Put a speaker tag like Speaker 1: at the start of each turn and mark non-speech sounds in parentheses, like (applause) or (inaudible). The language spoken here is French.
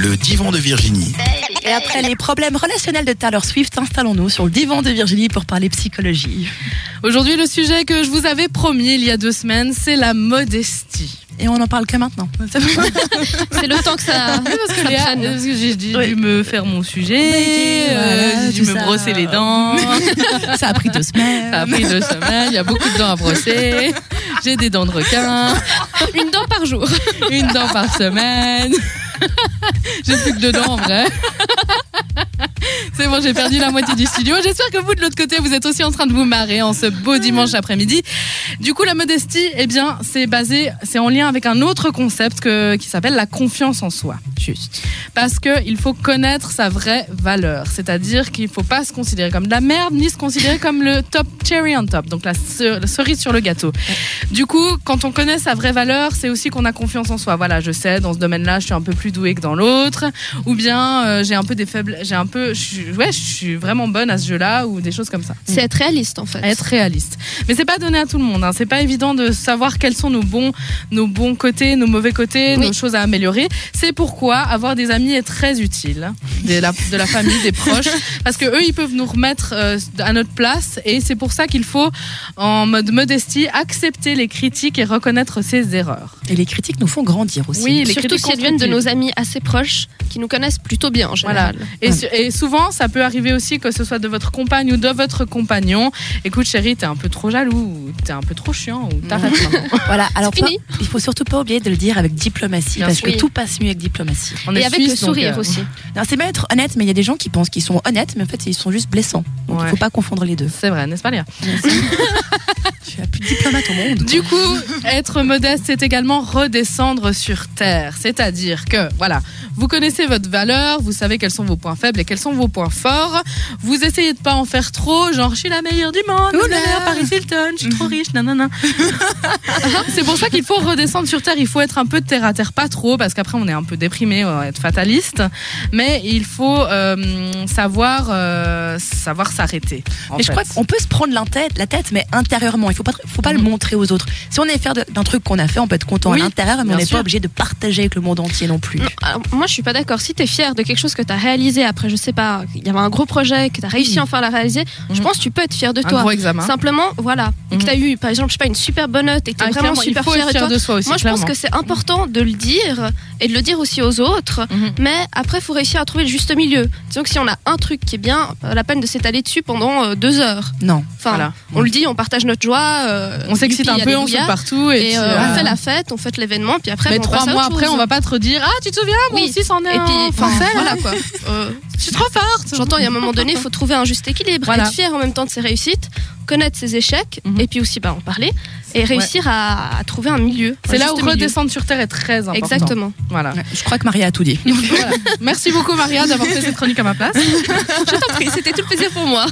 Speaker 1: le divan de Virginie.
Speaker 2: Et après les problèmes relationnels de Taylor Swift, installons-nous sur le divan de Virginie pour parler psychologie.
Speaker 3: Aujourd'hui, le sujet que je vous avais promis il y a deux semaines, c'est la modestie.
Speaker 2: Et on n'en parle que
Speaker 3: (laughs)
Speaker 2: maintenant.
Speaker 4: C'est le temps que ça.
Speaker 3: parce que,
Speaker 4: ça
Speaker 3: Léa,
Speaker 4: prenne.
Speaker 3: parce que j'ai dû
Speaker 2: Oui.
Speaker 3: me faire mon sujet,
Speaker 2: Voilà,
Speaker 3: euh, j'ai dû
Speaker 2: tout
Speaker 3: me
Speaker 2: ça.
Speaker 3: brosser les dents.
Speaker 4: (laughs)
Speaker 2: Ça a pris deux semaines.
Speaker 3: Ça
Speaker 4: Euh,
Speaker 3: a pris deux semaines, il y a beaucoup de dents à brosser. J'ai des dents de requin,
Speaker 4: Une dent par jour.
Speaker 3: une dent par semaine. J'ai plus que deux dents en vrai. C'est bon, j'ai perdu la moitié du studio. J'espère que vous, de l'autre côté, vous êtes aussi en train de vous marrer en ce beau dimanche après-midi. Du coup, la modestie, eh bien, c'est basé, c'est en lien avec un autre concept que- qui s'appelle la confiance en soi. Juste. Parce que il faut connaître sa vraie valeur. C'est-à-dire qu'il faut pas se considérer comme de la merde, ni se considérer comme le top cherry on top. Donc la, ce- la cerise sur le gâteau. Du coup, quand on connaît sa vraie valeur, c'est aussi qu'on a confiance en soi. Voilà, je sais, dans ce domaine-là, je suis un peu plus douée que dans l'autre. Ou bien, euh, j'ai un peu des faibles, j'ai un peu, je suis- ouais, je suis vraiment bonne à ce jeu-là, ou des choses comme ça
Speaker 4: C'est être réaliste en fait.
Speaker 3: à être réaliste. Mais c'est pas donné à tout le monde. Hein. C'est pas évident de savoir quels sont nos bons, nos bons côtés, nos mauvais côtés,
Speaker 4: Oui.
Speaker 3: nos choses à améliorer. C'est pourquoi avoir des amis est très utile, de la, de la famille, des
Speaker 4: (laughs)
Speaker 3: proches, parce que eux ils peuvent nous remettre euh, à notre place. Et c'est pour ça qu'il faut, en mode modestie, accepter les critiques et reconnaître ses erreurs.
Speaker 2: Et les critiques nous font grandir aussi.
Speaker 3: Oui, les
Speaker 4: Surtout
Speaker 3: critiques
Speaker 4: si elles viennent de
Speaker 3: constructives.
Speaker 4: nos amis assez proches qui nous connaissent plutôt bien en général.
Speaker 3: Et,
Speaker 2: Ouais.
Speaker 3: su- et souvent, ça peut arriver aussi que ce soit de votre compagne ou de votre compagnon. Écoute, chérie, t'es un peu trop jaloux, ou t'es un peu trop chiant, ou
Speaker 4: (laughs)
Speaker 3: t'arrêtes maintenant.
Speaker 2: Voilà, alors
Speaker 4: fini.
Speaker 2: pas- il faut surtout pas oublier de le dire avec diplomatie,
Speaker 3: Bien
Speaker 2: parce
Speaker 3: sûr.
Speaker 2: que
Speaker 4: Oui.
Speaker 2: tout passe mieux avec diplomatie.
Speaker 3: On
Speaker 4: Et
Speaker 3: est
Speaker 4: avec
Speaker 3: suisse,
Speaker 4: le
Speaker 3: donc,
Speaker 4: sourire
Speaker 3: euh, (laughs)
Speaker 4: aussi.
Speaker 2: Non, c'est bien être honnête, mais il y a des gens qui pensent qu'ils sont honnêtes, mais en fait ils sont juste blessants. Donc
Speaker 3: Ouais.
Speaker 2: il faut pas confondre les deux.
Speaker 3: C'est vrai, n'est-ce pas Léa
Speaker 2: Je suis la plus diplomate au (laughs) monde.
Speaker 3: Du coup, être modeste, c'est également redescendre sur terre. C'est-à-dire que, voilà, vous connaissez votre valeur, vous savez quels sont vos points faibles et quels sont vos points forts. Vous essayez de pas en faire trop, genre je suis la meilleure du monde,
Speaker 2: Oula.
Speaker 3: la meilleure Paris Hilton, je suis trop riche,
Speaker 4: (laughs)
Speaker 3: nanana. c'est pour ça qu'il faut redescendre sur terre. Il faut être un peu de terre à terre, pas trop, parce qu'après on est un peu déprimé, on va être fataliste. Mais il faut euh, savoir, euh, savoir s'arrêter. en
Speaker 2: Mais je
Speaker 3: fait.
Speaker 2: crois qu'on peut se prendre la tête, la tête, mais intérieurement. Il faut pas, faut pas le
Speaker 3: Mhm.
Speaker 2: montrer aux autres. Si on est fier de- d'un truc qu'on a fait, on peut être content
Speaker 3: Oui,
Speaker 2: à l'intérieur, mais
Speaker 3: bien
Speaker 2: on n'est
Speaker 3: sûr.
Speaker 2: pas obligé de partager avec le monde entier non plus.
Speaker 4: Non, alors, moi, je suis pas d'accord. Si tu es fier de quelque chose que tu as réalisé après, je sais pas, il y avait un gros projet, que tu as réussi enfin à la réaliser, je
Speaker 3: Mhm.
Speaker 4: pense que tu peux être fier de
Speaker 3: un
Speaker 4: toi.
Speaker 3: gros examen.
Speaker 4: Simplement, voilà, et que
Speaker 3: Mhm.
Speaker 4: tu as eu, par exemple, je sais pas, une super bonne note et que
Speaker 3: Ah,
Speaker 4: tu vraiment
Speaker 3: clairement,
Speaker 4: super
Speaker 3: il faut
Speaker 4: fier
Speaker 3: être
Speaker 4: de toi.
Speaker 3: fier de soi aussi.
Speaker 4: Moi, je pense
Speaker 3: clairement.
Speaker 4: que c'est important de le dire et de le dire aussi aux autres,
Speaker 3: Mhm.
Speaker 4: mais après, il faut réussir à trouver le juste milieu. Disons que si on a un truc qui est bien, pas la peine de s'étaler dessus pendant euh, deux heures.
Speaker 2: Non.
Speaker 4: Enfin,
Speaker 3: Voilà.
Speaker 4: on le dit, on partage notre joie, euh,
Speaker 3: on s'excite
Speaker 4: youpi,
Speaker 3: un peu, on
Speaker 4: alléluia,
Speaker 3: saute partout et,
Speaker 4: et
Speaker 3: puis,
Speaker 4: euh,
Speaker 3: voilà.
Speaker 4: on fait la fête, on fête l'événement, puis après,
Speaker 3: Mais
Speaker 4: bon, on
Speaker 3: trois
Speaker 4: passe à
Speaker 3: mois
Speaker 4: autre
Speaker 3: après,
Speaker 4: chose.
Speaker 3: on va pas te dire ah tu te souviens moi
Speaker 4: Oui.
Speaker 3: aussi c'en est
Speaker 4: Et
Speaker 3: un
Speaker 4: puis, enfin,
Speaker 3: français.
Speaker 4: voilà quoi. Euh,
Speaker 3: Je suis trop forte.
Speaker 4: J'entends, il y a un moment donné, il faut trouver un juste équilibre.
Speaker 3: Voilà.
Speaker 4: Être fier en même temps de ses réussites, connaître ses échecs,
Speaker 3: Mhm.
Speaker 4: et puis aussi bah, en parler, et
Speaker 3: Ouais.
Speaker 4: réussir à, à trouver un milieu. un
Speaker 3: C'est là où
Speaker 4: juste milieu.
Speaker 3: redescendre sur terre est très important.
Speaker 4: Exactement.
Speaker 3: Voilà.
Speaker 2: Ouais, Je crois que Maria a tout dit.
Speaker 3: Voilà. Merci beaucoup Maria d'avoir fait cette chronique à ma place.
Speaker 4: C'était tout le plaisir pour moi.